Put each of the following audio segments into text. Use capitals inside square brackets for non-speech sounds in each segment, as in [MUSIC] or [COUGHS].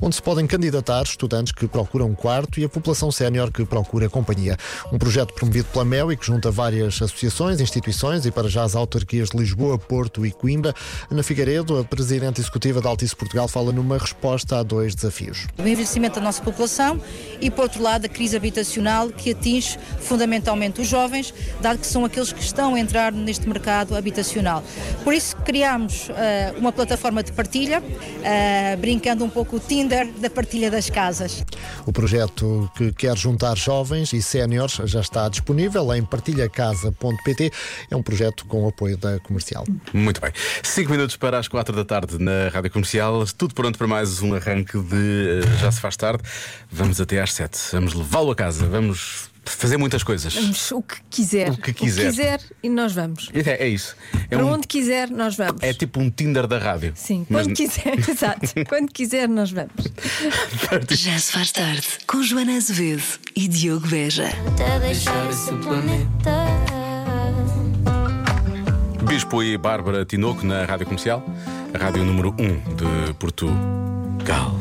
onde se podem candidatar estudantes que procuram um quarto e a população sénior que procura companhia. Um projeto promovido pela MEL e que junta várias associações, instituições e para já as autarquias de Lisboa, Porto e Coimbra. Ana Figueiredo, a Presidente Executiva da Altice Portugal, fala numa resposta a dois desafios. O envelhecimento da nossa população e, por outro lado, a crise habitacional que atinge fundamentalmente os jovens, dado que são aqueles que estão a entrar neste mercado habitacional. Por isso criámos uh, uma plataforma de partilha, uh, brincando um pouco o Tinder da partilha das casas. O projeto que quer juntar jovens e séniores já está disponível em partilhacasa.pt. É um projeto com apoio da comercial. Muito bem. Cinco minutos para as quatro da tarde na Rádio Comercial. Tudo pronto para mais um arranque de uh, Já se faz tarde. Vamos até às sete. Vamos levá-lo a casa. Vamos fazer muitas coisas. Vamos, o que quiser. O que quiser. O que quiser e nós vamos. É, é isso. É Para um- onde quiser, nós vamos. É tipo um Tinder da rádio. Sim, Mas- quando quiser, [LAUGHS] exato. Quando quiser, nós vamos. Já se faz tarde com Joana Azevedo e Diogo Beja. Até deixar esse planeta. Bispo e Bárbara Tinoco na Rádio Comercial, a rádio número 1 de Portugal.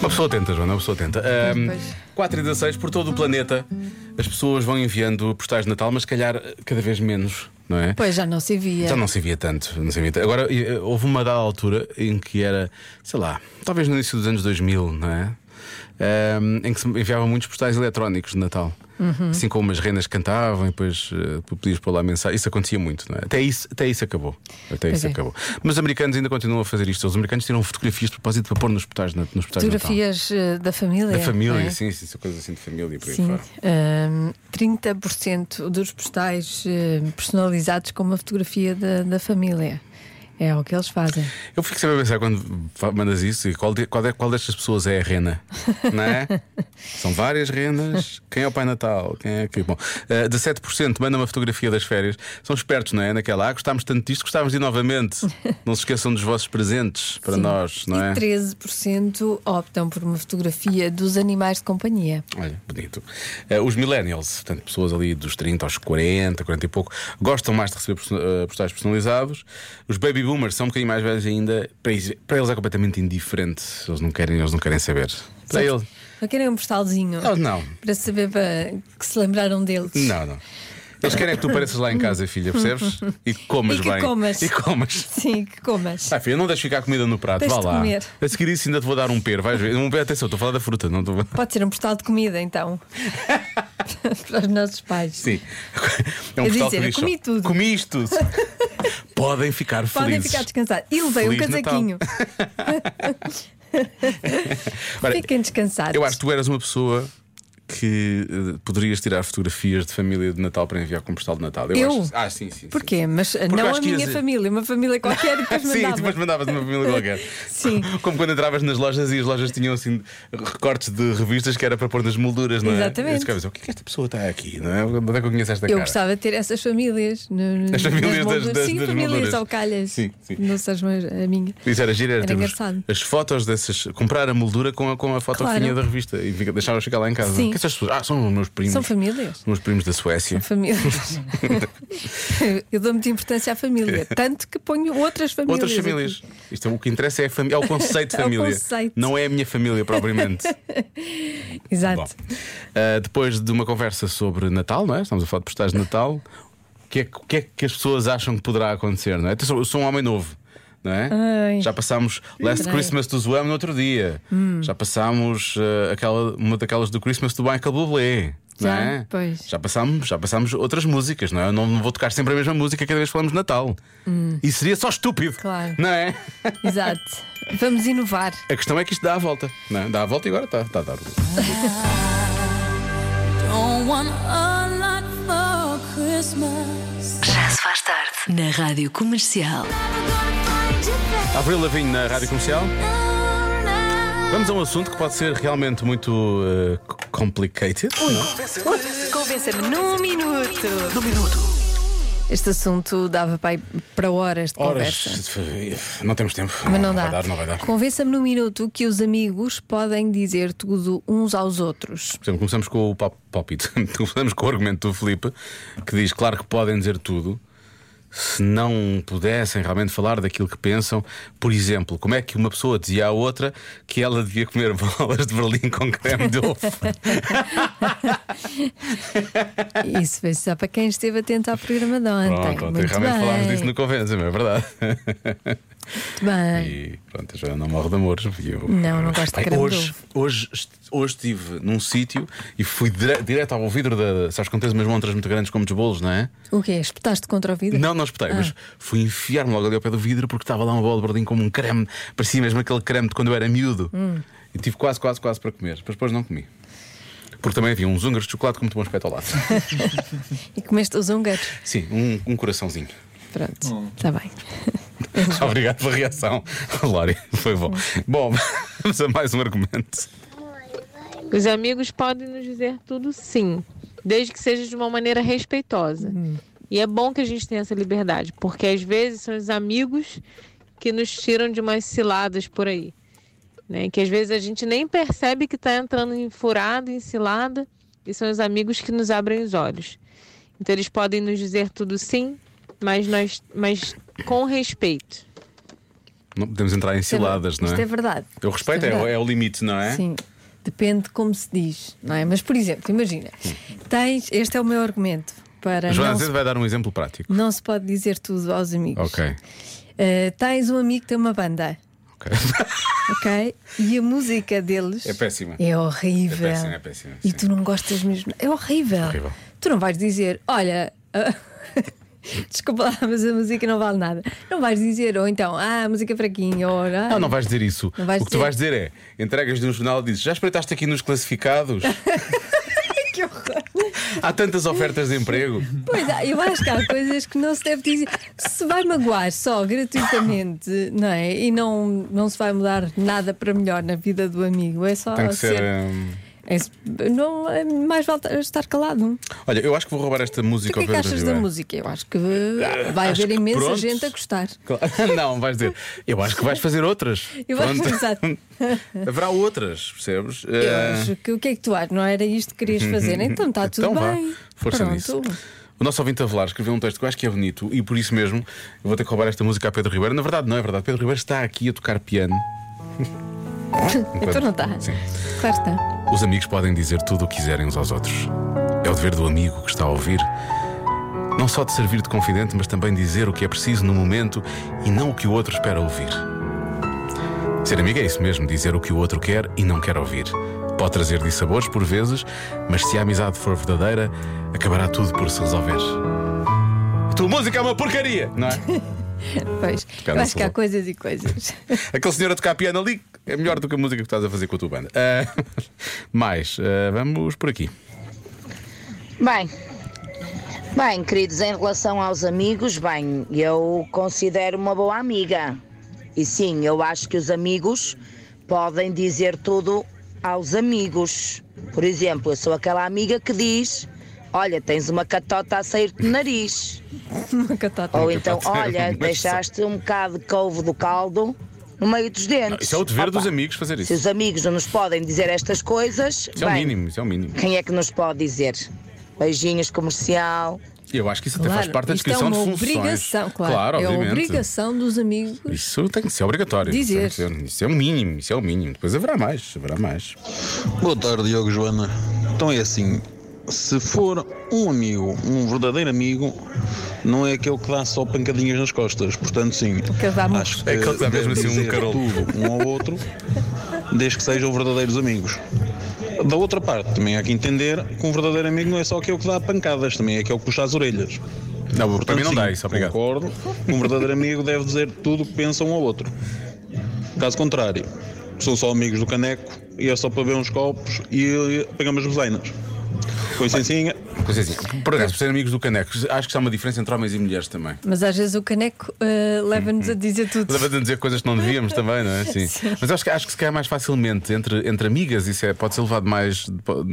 Uma pessoa atenta, Joana, uma pessoa atenta. Ahm, Pois. 4 e 16, por todo o planeta, as pessoas vão enviando postais de Natal, mas se calhar eh, cada vez menos, não é? Pois já não se via. Já não se via tanto, não se via tanto. Agora, eh, houve uma dada altura em que era, sei lá, talvez no início dos anos 2000, não é? Ahm, em que se enviavam muitos postais eletrónicos de Natal. Uhum. Assim como as renas cantavam e depois eh, tu podias pôr lá mensagem. Isso acontecia muito, não é? Até isso, até isso acabou. Até Pois isso é. acabou. Mas os americanos ainda continuam a fazer isto. Os americanos tiram fotografias de propósito para pôr nos postais, de Nat- nos postais de Natal. Fotografias eh, da família. tá. Da família, não é? sim, sim, coisas assim de família e por aí Sim, ehm, fora. ahm, 30% dos postais eh, personalizados com uma fotografia da, da família. É o que eles fazem. Eu fico sempre a pensar quando fa- mandas isso e qual, de- qual, de- qual destas pessoas é a rena, não é? São várias renas. Quem é o Pai Natal? Quem é que. Bom, eh, 17% manda uma fotografia das férias. São espertos, não é? Naquela. Ah, gostámos tanto disto, gostávamos de ir novamente. Não se esqueçam dos vossos presentes para nós, não é? E 13% optam por uma fotografia dos animais de companhia. Olha, bonito. Eh, os millennials, portanto, pessoas ali dos 30 aos 40, 40 e pouco, gostam mais de receber person- eh, postais personalizados. Os baby boomers são um bocadinho mais velhos ainda. Para eles, para eles é completamente indiferente. Eles não querem, eles não querem saber. Para Só- eles. Só querem um postalzinho Eles É não. para saber para- que se lembraram deles. Não, não. Eles querem é que tu pareças lá em casa, filha, percebes? E comas E que bem. comas. E comas. [LAUGHS] Sim, que comas. Ah, filha, não deixes ficar comida no prato, Tens vá de lá. comer. A seguir isso ainda te vou dar um per, vais ver. Um per, atenção, estou a falar da fruta, não estou. Pode ser um postal de [LAUGHS] comida, então. para os nossos pais. [LAUGHS] Sim. É um Quer postal dizer, que diz só, comi tudo. Comi isto [LAUGHS] tudo. Podem ficar Podem felizes. ficar descansados. E levei um Feliz Natal. casaquinho. Ora, Fiquem descansados. eu acho que tu eras uma pessoa que eh, poderias tirar fotografias de família de Natal para enviar com postal de Natal. Eu? acho- Ah, sim, sim, sim. [LAUGHS] Porquê? Mas uh, eu não acho a que minha ias- família, uma família qualquer e depois [LAUGHS] Sim, mandava. depois mandavas uma família qualquer. [LAUGHS] Sim. [LAUGHS] Como quando entravas nas lojas e as lojas tinham assim recortes de revistas que era para pôr nas molduras, não é? Exatamente. Eu ficava a dizer, o que é que esta pessoa está aqui? Não é? Onde é que eu conheço esta Eu cara? gostava de ter essas famílias. no- As famílias nas das- das- molduras. Sim, das molduras. famílias ao calhas. Sim, sim. Não sejam a a minha. Isso era giro, era, Era termos engraçado. as fotos dessas, comprar a moldura com a, com a foto Claro. que vinha da revista e fica- deixava chegar lá em casa. Que Sim. essas pessoas, ah, são os meus primos. São famílias. Os meus primos da Suécia. [LAUGHS] Famílias. [LAUGHS] Eu dou muita importância [LAUGHS] à família. Tanto que ponho outras famílias. Outras famílias. Isto é, o que interessa é, a fami- é o conceito de [LAUGHS] É o família. conceito. Não é a minha família propriamente. aqui. Bom, Exato. ah, depois de uma conversa sobre Natal, não é? Estamos a falar de postais de Natal. O que, é, que- o que é que as pessoas acham que poderá acontecer, não é? Atenção, eu sou um homem novo. Não é? Ai. Já passámos Last Peraí. Hum. Christmas do Zoam no outro dia. Já passámos ah, aquela, uma daquelas do Christmas do Michael Bublé. não Já, é? pois. já passámos já passámos outras músicas, não é? Eu não, não vou tocar sempre a mesma música cada vez que falamos de Natal. Isso seria só estúpido. Hum. Claro. Não é? Exato. Vamos inovar. A questão é que isto dá a volta. Não é? Dá a volta e agora está está a dar. Don't want a lot for Christmas. Já se faz tarde na Rádio Comercial. Never gonna find you back Abril Lavinho na Rádio Comercial. now. Vamos a um assunto que pode ser realmente muito eh, c- complicated. não é? Convença-me num minuto. Num minuto. Este assunto dava para, aí para horas de conversa. Horas. Não temos tempo. Mas não, dá. Vai dar, não vai dar. Por Convença-me num minuto que os amigos podem dizer tudo uns [LAUGHS] aos outros. exemplo, começamos com o [LAUGHS] pal- palpite. começamos com o argumento do Felipe que diz: claro que podem dizer tudo. se não pudessem realmente falar daquilo que pensam. Por exemplo, como é que uma pessoa dizia à outra que ela devia comer [LAUGHS] bolas de berlim com creme [LAUGHS] de ovo? Isso foi só para quem esteve atento ao programa de ontem. Pronto, ontem Muito realmente falámos disso bem. no convento, é verdade. [LAUGHS] Muito bem. E pronto, eu já não morro de amores. e Eu... É. Não, não gosto de Bem, creme de hoje, hoje, est- hoje estive num sítio e fui dire- direto ao vidro da. Sabes quando tens umas montras muito grandes como dos bolos, não é? O quê? Espetaste contra o vidro? Não, não espetei, mas Ah. fui enfiar-me logo ali ao pé do vidro porque estava lá uma bola de berlim como um creme, parecia mesmo aquele creme de quando eu era miúdo. Hum. E tive quase, quase, quase para comer. Mas depois não comi. Porque também havia uns húngaros de chocolate com muito bom aspecto ao [LAUGHS] lado. E comeste os húngaros? Sim, um, um coraçãozinho. [LAUGHS] Pronto, está bem. Obrigado pela reação, [LAUGHS] Lória. Foi bom. Bom, [LAUGHS] vamos a mais um argumento. Os amigos podem nos dizer tudo sim, desde que seja de uma maneira respeitosa. E é bom que a gente tenha essa liberdade, porque às vezes são os amigos que nos tiram de umas ciladas por aí. Né? Que às vezes a gente nem percebe que está entrando em furado, em cilada, e são os amigos que nos abrem os olhos. Então eles podem nos dizer tudo sim, mas, nós, mas com respeito. Não podemos entrar em ciladas, não Isto é? é verdade. Eu respeito, Isto é, o- verdade. é o limite, não é? Sim, depende de como se diz, não é? Mas, por exemplo, imagina, tens. Este é o meu argumento para. Joana, não, às vezes se, vai dar um exemplo prático. não se pode dizer tudo aos amigos. Ok. Eh, tens um amigo que tem uma banda, [LAUGHS] ok. ok? E a música deles. É péssima. É horrível. É péssima, é péssima, E sim. tu não gostas mesmo. É horrível. Horrível. Tu não vais dizer, olha. ah, [LAUGHS] Desculpa lá, mas a música não vale nada. Não vais dizer, ou então, ah, a música é fraquinha, ou ah, Não, não vais dizer isso. Não vais o que tu dizer. vais dizer é: entregas de um jornal e dizes, já espreitaste aqui nos classificados? [LAUGHS] que horror. Há tantas ofertas de [LAUGHS] emprego. Pois há, eu acho que há coisas que não se deve dizer. Se vai magoar só gratuitamente, não é? E não, não se vai mudar nada para melhor na vida do amigo. É só Tem que ser. hum, é se- não, é mais vale estar calado. Olha, eu acho que vou roubar esta Tu o música que é que Pedro achas da Ribeiro. música? Eu acho que ah, vai Eh, Acho haver que imensa pronto. gente a gostar. Claro. [LAUGHS] Não, vais dizer. Eu acho que vais fazer outras. Eu acho- Pronto. exato. [LAUGHS] Haverá outras, percebes? Eu Eh, Uhum, acho que o que é que tu achas? Não era isto que querias fazer? Então está tudo então vá, bem. força Pronto. nisso. O nosso ouvinte Avelar escreveu um texto que eu acho que é bonito e por isso mesmo eu vou ter que roubar esta música a Pedro Ribeiro. Na verdade, não é verdade. Pedro Ribeiro está aqui a tocar piano. [LAUGHS] Então não está. Sim. Claro que está. Os amigos podem dizer tudo o que quiserem uns aos outros. É o dever do amigo que está a ouvir. Não só de servir de confidente, mas também dizer o que é preciso no momento e não o que o outro espera ouvir. Ser amigo é isso mesmo, dizer o que o outro quer e não quer ouvir. Pode trazer dissabores por vezes, mas se a amizade for verdadeira, acabará tudo por se resolver. A tua música é uma porcaria, não é? Pois. Cara, Eu acho que há sou- coisas e coisas. [LAUGHS] Aquele senhor a tocar piano ali é melhor do que a música que estás a fazer com a tua banda. Ah, [LAUGHS] mais, ah, vamos por aqui. Bem, bem, queridos, em relação aos amigos, bem, eu considero uma boa amiga. E sim, eu acho que os amigos podem dizer tudo aos amigos. Por exemplo, eu sou aquela amiga que diz: Olha, tens uma catota a sair do nariz. Uma catota. Ou Nunca então, pode ser uma olha, pessoa. deixaste um bocado de couve do caldo no meio dos dentes. Isso é o dever Opa, dos amigos fazer Se isso. os amigos não nos podem dizer estas coisas, Isso é o bem, mínimo, isso é o mínimo. quem é que nos pode dizer? Beijinhos comercial. Eu acho que isso até Claro, faz parte da isto é descrição uma de funções. obrigação, claro. é obviamente. a obrigação dos amigos. Isso tem que ser obrigatório. Dizer. Isso, tem que ser- isso é o mínimo, isso é o mínimo. Depois haverá mais, haverá mais. Boa tarde, Diogo e Joana. Então é assim: se for um amigo, um verdadeiro amigo, não é aquele que dá só pancadinhas nas costas. Portanto, sim. Que dá muito. Acho que É aquele que dá mesmo deve assim um dizer carolo. tudo um ao outro, desde que sejam verdadeiros amigos. Da outra parte, também há que entender que um verdadeiro amigo não é só aquele que dá pancadas, também é aquele que puxa as orelhas. Não, para Portanto, mim não sim, dá isso, obrigado. Concordo. Um verdadeiro amigo deve dizer tudo o que pensa um ao outro. Caso contrário, são só amigos do caneco e é só para ver uns copos e pegamos as bozainas. Com licencinha. Pois é, assim, por acaso, por serem amigos do caneco, acho que há uma diferença entre homens e mulheres também. Mas às vezes o caneco eh, leva-nos a dizer tudo. Leva-te a dizer coisas que não devíamos também, não é? [LAUGHS] Sim. Mas acho que, acho que se calhar é mais facilmente entre, entre amigas, isso é, pode ser levado mais. Pode,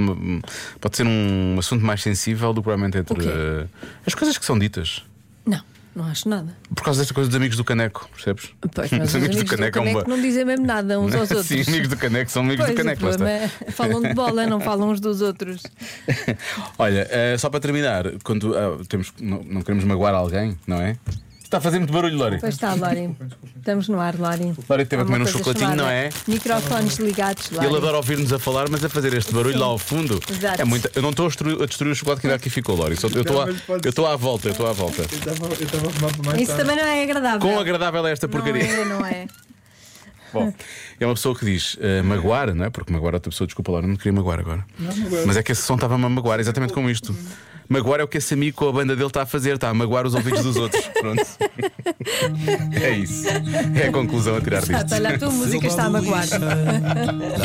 pode ser um assunto mais sensível do que provavelmente entre O quê? eh, as coisas que são ditas. Não. Não acho nada. Por causa desta coisa dos amigos do caneco, percebes? [LAUGHS] Pois, mas os amigos do Caneco, é não dizem mesmo nada uns aos [LAUGHS] outros. Sim, amigos do caneco são amigos Pois, do o caneco. lá está. problema é- falam de bola, não falam uns dos outros. é- [LAUGHS] Olha, eh, só para terminar, quando ah, temos, não, não queremos magoar alguém, não é? Está a fazer muito barulho, Lori. Pois está, Lori. Estamos no ar, Lori. Lori teve Há a comer uma um coisa chocolatinho, chamada não é? Microfones ligados, Lori. Ele adora ouvir-nos a falar, mas a fazer este barulho lá ao fundo. Exato. É muito, eu não estou a destruir, a destruir o chocolate que ainda aqui ficou, Lori. Só- Eu estou à- eu estou à volta, eu estou à volta. Eu estava a fumar por mais Isso também não é agradável. Quão agradável é esta porcaria? Não é, não é. Bom, é uma pessoa que diz eh, magoar, não é? Porque magoar outra pessoa, desculpa lá, não me queria magoar agora. Mas é que esse som estava-me a magoar, exatamente como isto. Magoar é o que esse amigo com a banda dele está a fazer, está a magoar os ouvidos dos outros. Pronto. [LAUGHS] é isso. É a conclusão a tirar disto. Exato, olha, a tua música está a magoar.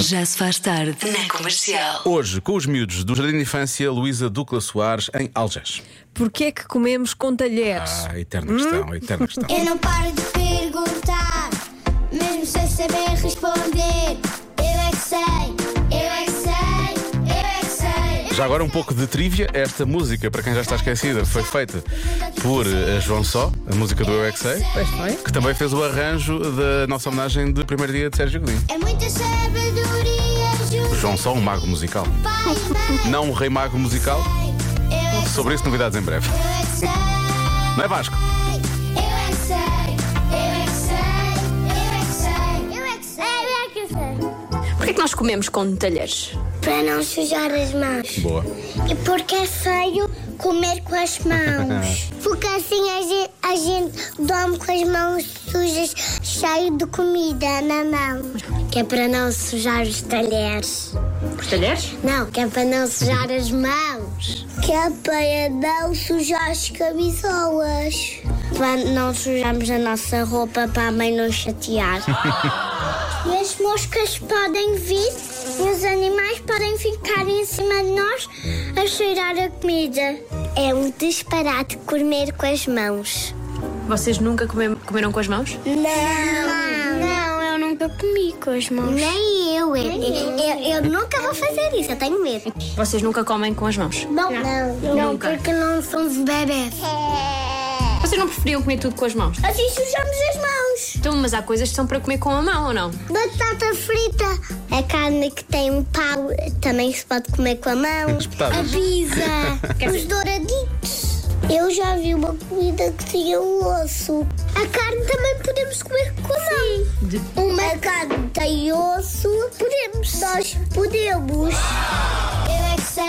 Já se faz tarde na comercial. Hoje, com os miúdos do Jardim de Infância Luísa Ducla Soares, em Algés. Porquê é que comemos com talheres? Ah, eterna questão, eterna questão. Eu não paro de perguntar, mesmo sem saber responder. Eu é que sei, eu é que sei, eu é que sei. Já agora um pouco de trivia, esta música, para quem já está esquecida, foi feita por eh, João Só, a música do Eu é Que Sei, Pois foi. que também fez o arranjo da nossa homenagem de primeiro dia de Sérgio Godinho. É muita sabedoria junto João Só, um mago musical. ao pai e mãe. Não um rei mago musical. Eu é que Sobre isso, novidades em breve. eu é que sei. Não é Vasco? Eu é que sei, eu é que sei, eu é que sei, eu é que sei, eu é que sei. Porquê é que nós comemos com talheres? Para não sujar as mãos. Boa. E porque é feio comer com as mãos. Porque assim a gente, a gente dorme com as mãos sujas, cheio de comida na mão. Que é para não sujar os talheres. Os talheres? Não, que é para não sujar as mãos. Que é para não sujar as camisolas. Para não sujarmos a nossa roupa para a mãe não chatear. E as moscas podem vir e os animais podem ficar em cima de nós a cheirar a comida. É um disparate comer com as mãos. Vocês nunca come- comeram com as mãos? Não, não, eu nunca comi com as mãos. Nem eu, eu, eu, eu nunca vou fazer isso, eu tenho medo. Vocês nunca comem com as mãos? Não, não, Nunca. porque não somos bebês. É. Vocês não preferiam comer tudo com as mãos? Assim sujamos as mãos. Então, mas há coisas que são para comer com a mão ou não? Batata frita. A carne que tem um pau também se pode comer com a mão. Espetadas. A pizza. Os douradinhos. Eu já vi uma comida que tinha um osso. A carne também podemos comer com a mão. Uma carne tem osso. Podemos. Nós podemos. Eu é que sei.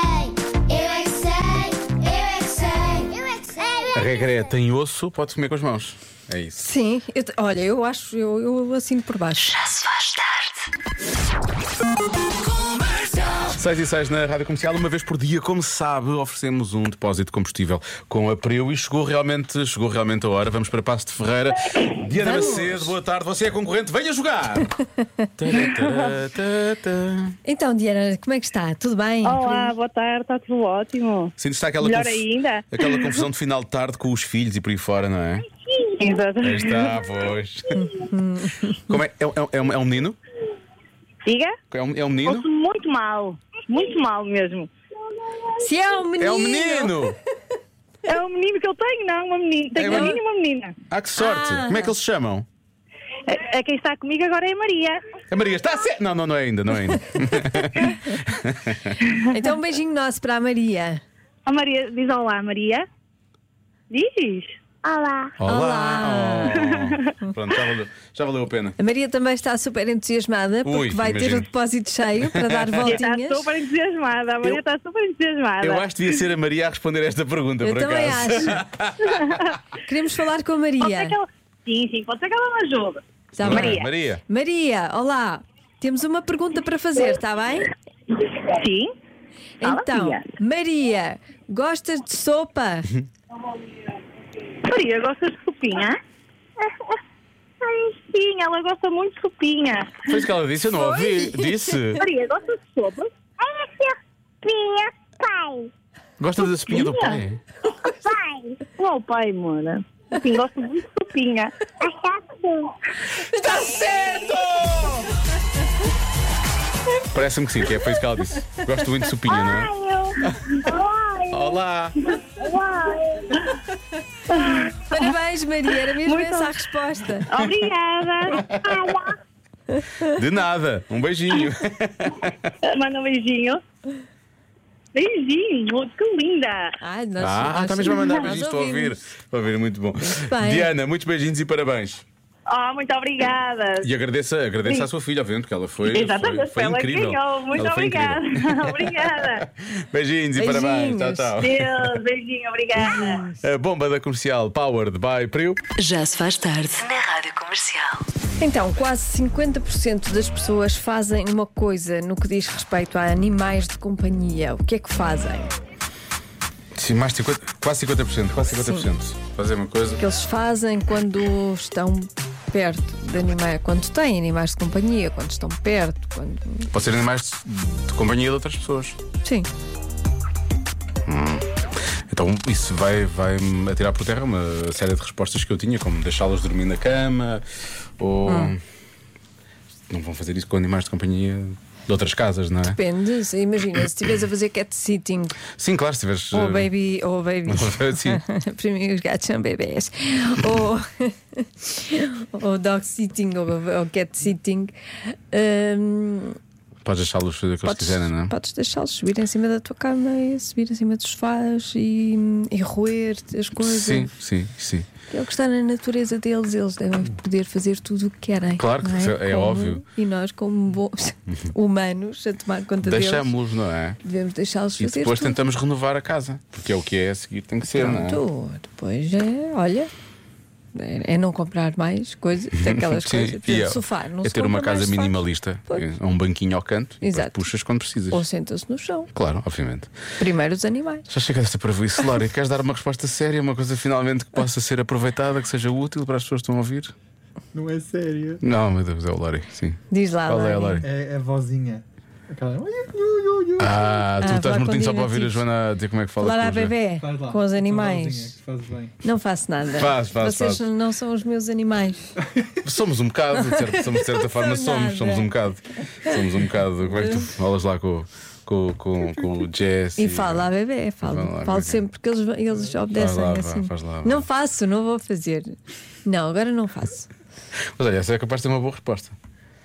Eu é que sei. Eu é que sei. Eu é que A sei. regra é: tem osso, pode comer com as mãos. É isso. Sim, eu te- olha, eu acho, eu, eu assino por baixo. Já se faz tarde. 6 e 6 na Rádio Comercial, uma vez por dia, como se sabe, oferecemos um depósito de combustível com a Preu e chegou realmente, chegou realmente a hora. Vamos para Passo de Ferreira. Diana Vamos. Macedo, boa tarde, você é concorrente, venha jogar! [LAUGHS] Tará, tará, tá, tá. Então, Diana, como é que está? Tudo bem? Olá, boa tarde, está tudo ótimo. Sim, está aquela, Melhor ainda. aquela confusão de final de tarde com os filhos e por aí fora, não é? Exato. Aí está, pois. Como é? É, é- é um, é um menino? Diga? É um, é um menino? Ouço muito mal, muito mal mesmo. Se é um menino. É um menino! É um menino que eu tenho, não, uma menina. Tenho É uma uma- menina e uma menina. Ah, que sorte! Ah. Como é que eles se chamam? A, a quem está comigo agora é a Maria. A Maria está certo! Não, não, não é ainda, não é [LAUGHS] ainda. Então, um beijinho nosso para a Maria. A Maria diz olá, Maria. Diz. Olá. Olá! Oh. Pronto, já valeu, já valeu a pena. A Maria também está super entusiasmada porque Ui, vai ter imagino. o depósito cheio [LAUGHS] para dar E Está voltinhas. super entusiasmada. A Maria Eu- está super Tá entusiasmada. Eu acho que devia ser a Maria a responder esta pergunta, Eu por também acaso. [LAUGHS] acho. Queremos falar com a Pode ser Maria. que ela... Sim, sim, pode ser que ela me ajude. Está Vai, Tá bem? Maria. Maria, olá. Temos uma pergunta para fazer, está bem? Sim? Fala, Então, Maria. Maria, gostas [LAUGHS] de sopa? Maria, gostas de sopinha? Ai, sim, ela gosta muito de sopinha. Foi isso que ela disse, eu não ouvi. Disse. Maria, gosta de sopa? É sopinha, pai. Gosta da espinha do pai? Pai. Qual o pai, Mona? Sim, gosto muito de [LAUGHS] sopinha. Está certo! Parece-me que sim, que é, foi isso que ela disse. Gosto muito de sopinha, não é? Ai, eu. Ai, Olá! Parabéns, Maria, era mesmo Muito- essa a resposta. [LAUGHS] Obrigada. De nada, um [LAUGHS] beijinho. Tá Manda um beijinho. Beijinho, que linda. Ai, nós, Ah, nós- está mesmo a mandar tá [LAUGHS] nós beijinhos, estou a ouvir. ouvimos. Estou a ouvir, muito bom. bem. Diana, muitos beijinhos e parabéns. Oh, muito obrigada. E agradeço, agradeço Sim. à sua filha, obviamente, porque ela foi, foi, Exatamente, foi ela é incrível. ganhou. Muito Ela foi obrigada. [LAUGHS] incrível. obrigada. [LAUGHS] Beijinhos e parabéns. Tchau, Beijinhos. tchau. Deus, beijinho, obrigada. A bomba da comercial Powered by Priu. Já se faz tarde. Na rádio comercial. Então, quase 50% das pessoas fazem uma coisa no que diz respeito a animais de companhia. O que é que fazem? Sim, mais 50, quase 50%. Quase 50%. Fazer uma coisa. que eles fazem quando estão perto de animais, quando têm animais de companhia, quando estão perto, quando. Pode ser animais de, de companhia de outras pessoas. Sim. Então isso vai, vai atirar por terra uma série de respostas que eu tinha, como deixá-los dormir na cama, ou Hum. não vão fazer isso com animais de companhia de outras casas, não é? Depende. Se- Imagina, se estiveres a fazer cat sitting Sim, claro, se tiveres. ou eh, baby ou Oh, baby. [LAUGHS] Sim. [LAUGHS] Para mim os gatos são [LAUGHS] bebés. ou, [LAUGHS] ou dog sitting ou, ou cat sitting. hum, Podes deixá-los fazer o que eles podes, quiserem, não é? podes deixá-los subir em cima da tua cama e subir em cima dos sofás e, e roer as coisas. Sim, sim, sim. É o que está na natureza deles, eles devem poder fazer tudo o que querem. Claro que não isso é Como- óbvio. E nós, [LAUGHS] como bons humanos, a tomar conta deles, Deixamos, não é? devemos deixá-los E fazer. depois tudo. tentamos renovar a casa, porque é o que é a seguir, tem que ser, não é? Pronto, depois é, olha, é, é não comprar [LAUGHS] mais coisas, aquelas Sim, coisas. Por e exemplo, é- sofá, não é se ter uma compra mais casa sofá. minimalista, Pois. é um banquinho ao canto, e depois Exato. puxas quando precisas. Ou senta-se no chão. Claro, obviamente. Primeiro os animais. Já chega desta prejuízo, Lória. Queres dar uma resposta séria, uma coisa finalmente que possa ser aproveitada, que seja útil para as pessoas que estão a ouvir? Não é sério. Não, meu Deus, é o Lória, sim. Diz lá, Qual é a Lani. Lória? É a vozinha. Aquela. é Ah, tu Ah, estás falar mortinho só para ouvir a conditivos. Joana dizer como é que fala. Falar com à o Zé. bebê Faz lá, com os uma animais. vozinha que Faz bem. Não faço nada. Faz, faz, Vocês faz. não são os meus animais. Somos um bocado, de certa, somos, de certa forma, sou somos, nada. somos um bocado. Somos um bocado. Como é que tu falas lá com, com, com, com o Jess? E fala a bebê, falo, Vai lá, falo bebê. sempre porque eles, eles obedecem lá, vá, assim. faz lá, vá. não faço, não vou fazer. Não, agora não faço. Mas olha, essa é capaz de ter uma boa resposta.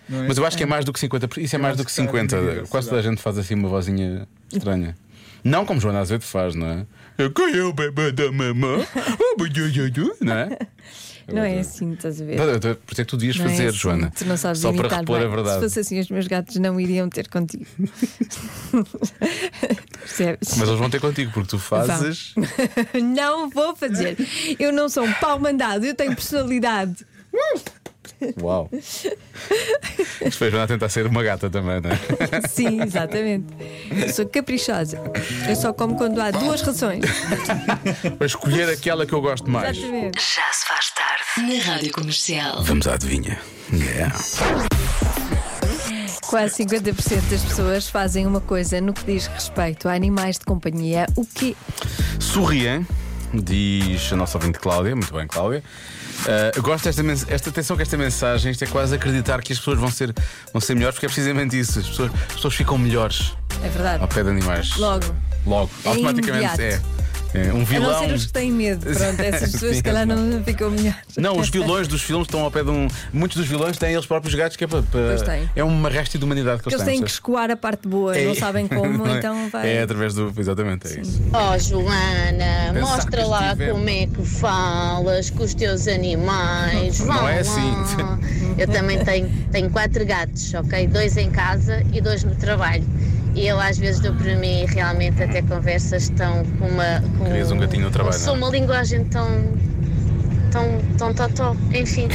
Não é? Mas eu acho que é mais do que 50%. Isso é mais acho do que que está na 50%. medida, Quase toda a gente faz assim uma vozinha estranha. Não como Joana Azevedo faz, não é? Eu que eu bebê da [LAUGHS] mamã. Oh, bu, ju, ju, ju, Não é? Não é assim, estás a ver? Não, eu tô- Por isso é que tu devias Não é fazer, assim, Joana. Tu não sabes Só imitar para repor bem. a verdade. Se fosse assim, os meus gatos não iriam ter [LAUGHS] contigo. Percebes? Mas eles vão ter contigo, porque tu fazes. Não vou fazer. Eu não sou um pau mandado, eu tenho personalidade. [LAUGHS] Uau! Isto foi a Joana a tentar ser uma gata também, não é? Sim, exatamente. Eu sou caprichosa. Eu só como quando há duas rações. é? [LAUGHS] Para escolher aquela que eu gosto mais. Exatamente. Já se faz tarde. Na rádio comercial. Vamos à adivinha. Yeah. Quase 50% das pessoas fazem uma coisa no que diz respeito a animais de companhia. O quê? Sorriem, diz a nossa ouvinte Cláudia. Muito bem, Cláudia. Ah, eu gosto desta mens- esta atenção que esta mensagem, isto é quase acreditar que as pessoas vão ser, vão ser melhores, porque é precisamente isso. As pessoas, as pessoas ficam melhores É verdade. ao pé de animais. Logo. Logo. É Automaticamente é. imediato. É Um A vilão. não ser os que têm medo. [LAUGHS] Pronto, essas pessoas Sim, se calhar não ficam melhores. Não, os vilões dos filmes estão ao pé de um. Muitos dos vilões têm eles próprios gatos, que é para. para- Pois têm. é uma resta de humanidade que Porque eles eles têm que percebes? escoar a parte boa, não É- sabem como, [LAUGHS] não é? então vai. É através do. Exatamente, é isso. Oh Joana, Pensar que mostra lá estivemos. como é que falas com os teus animais. Não Vão é lá. assim. Eu também tenho, tenho quatro gatos, ok? Dois em casa e dois no trabalho. E eu às vezes dou para mim realmente até conversas tão com uma. Com, Querias um gatinho no trabalho, Sou não uma linguagem tão. Tão, tão, tão, tão, [LAUGHS] enfim,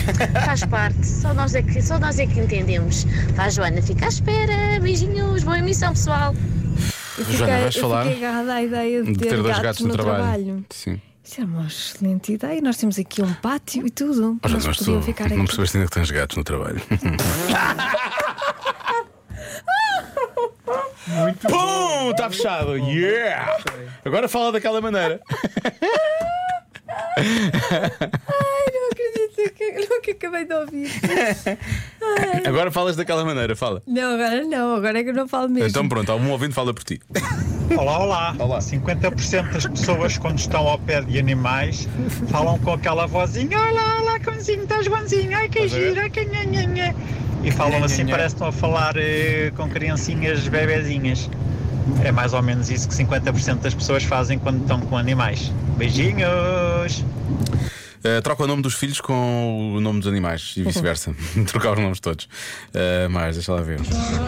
faz parte, só nós, é que, só nós é que entendemos. Vá, Joana, fica à espera, beijinhos, boa emissão, pessoal. Eu Joana, fiquei- vais eu falar Fiquei agarrada à ideia de ter, dois gatos no trabalho. trabalho. Sim. Isso era uma excelente ideia. Nós temos aqui um pátio e tudo. Oh, Joana, Eles mas tu podiam ficar não aqui. percebeste ainda que tens gatos no trabalho. Pum! Está fechado! Yeah! Agora fala daquela maneira. [LAUGHS] Ai, não acredito que, não, que acabei de ouvir. Agora falas daquela maneira, fala. Não, agora não, agora é que eu não falo mesmo. Então pronto, algum ouvinte fala por ti. Olá, olá. 50% das pessoas, quando estão ao pé de animais, falam com aquela vozinha: Olá, olá, cãozinho, estás bonzinho, ai que Estás a ver? giro, ai que nha, nha, nha." E falam Nha, assim, nha, nha. parece que estão a falar eh, com criancinhas bebezinhas. É mais ou menos isso que 50% das pessoas fazem quando estão com animais. Beijinhos! Uh, troca o nome dos filhos com o nome dos animais e [LAUGHS] vice-versa. [LAUGHS] Trocar os nomes todos. Uh, mais, deixa lá ver.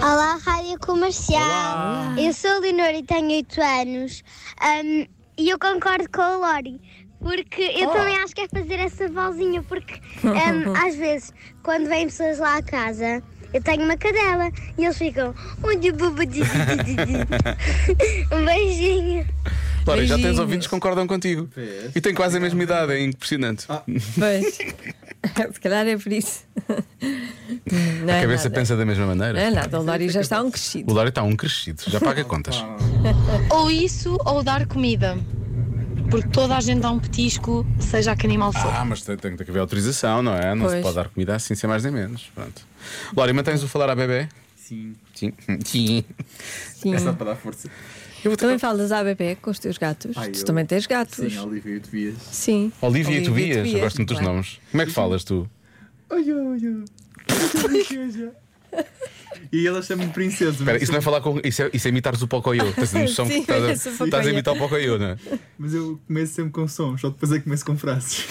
Olá, Rádio Comercial. Eu sou a Leonor e tenho 8 anos. Ahm, e eu concordo com a Lori, porque eu Oh. também acho que é fazer essa vozinha, porque ahm, às vezes, quando vêm pessoas lá à casa, eu tenho uma cadela e eles ficam. "Onde bubu di di di di di." Um beijinho. Claro, já tens Beijinhos. ouvintes que concordam contigo. E tem quase a mesma idade, é impressionante. Ah. [LAUGHS] Pois. Se calhar é por isso. Não a é cabeça nada. pensa da mesma maneira. Não é nada, o Lório já está um crescido. O Lório está um crescido, já paga contas. Ou isso, ou dar comida. Porque toda a gente dá um petisco, seja a que animal for. Ah, mas tem, tem que haver autorização, não é? Não se Pois. pode dar comida assim, sem mais nem menos. Pronto. Lória, mantens o falar à bebê? Sim. Sim. [LAUGHS] Sim. Sim. É só para dar força. também falas à bebê com os teus gatos. Ai, tu eu- também tens gatos. Sim, Olivia, eu te vias. Sim. Olivia, e Tobias, eu Tobias, gosto muito dos claro. nomes. Como é que falas tu? Olha, olha. Olha, olha. E ela chama-me princesa. Espera, mas isso não é falar com. Isso é, isso é imitares o Pocoyo. Tens a noção que Sim, estás esse a, Pocoyo. estás a imitar o Pocoyo, não é? Mas eu começo sempre com sons, só depois é que começo com frases.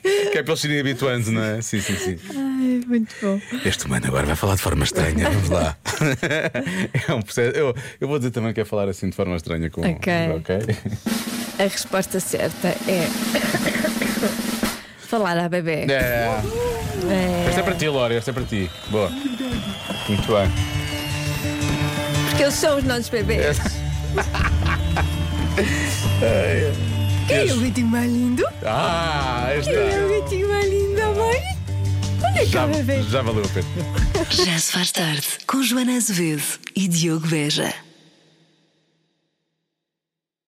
Que é para eles serem habituando, não é? Sim, sim, sim. Ai, muito bom. Este humano agora vai falar de forma estranha, vamos lá. [LAUGHS] é um processo. Eu, eu vou dizer também que é falar assim de forma estranha com. Ok. ok? A resposta certa é. [COUGHS] falar à bebê. É. É. Esta é para ti, Lória, esta é para ti. Boa. Muito bem. Porque eles são os nossos bebês. Ai, Quem é Deus. o gatinho mais lindo? Ah, aí Quem é está. o gatinho mais lindo, mãe? Olha Já, cá, bebê. já valeu a pena. Já se faz tarde com Joana Azevedo e Diogo Beja.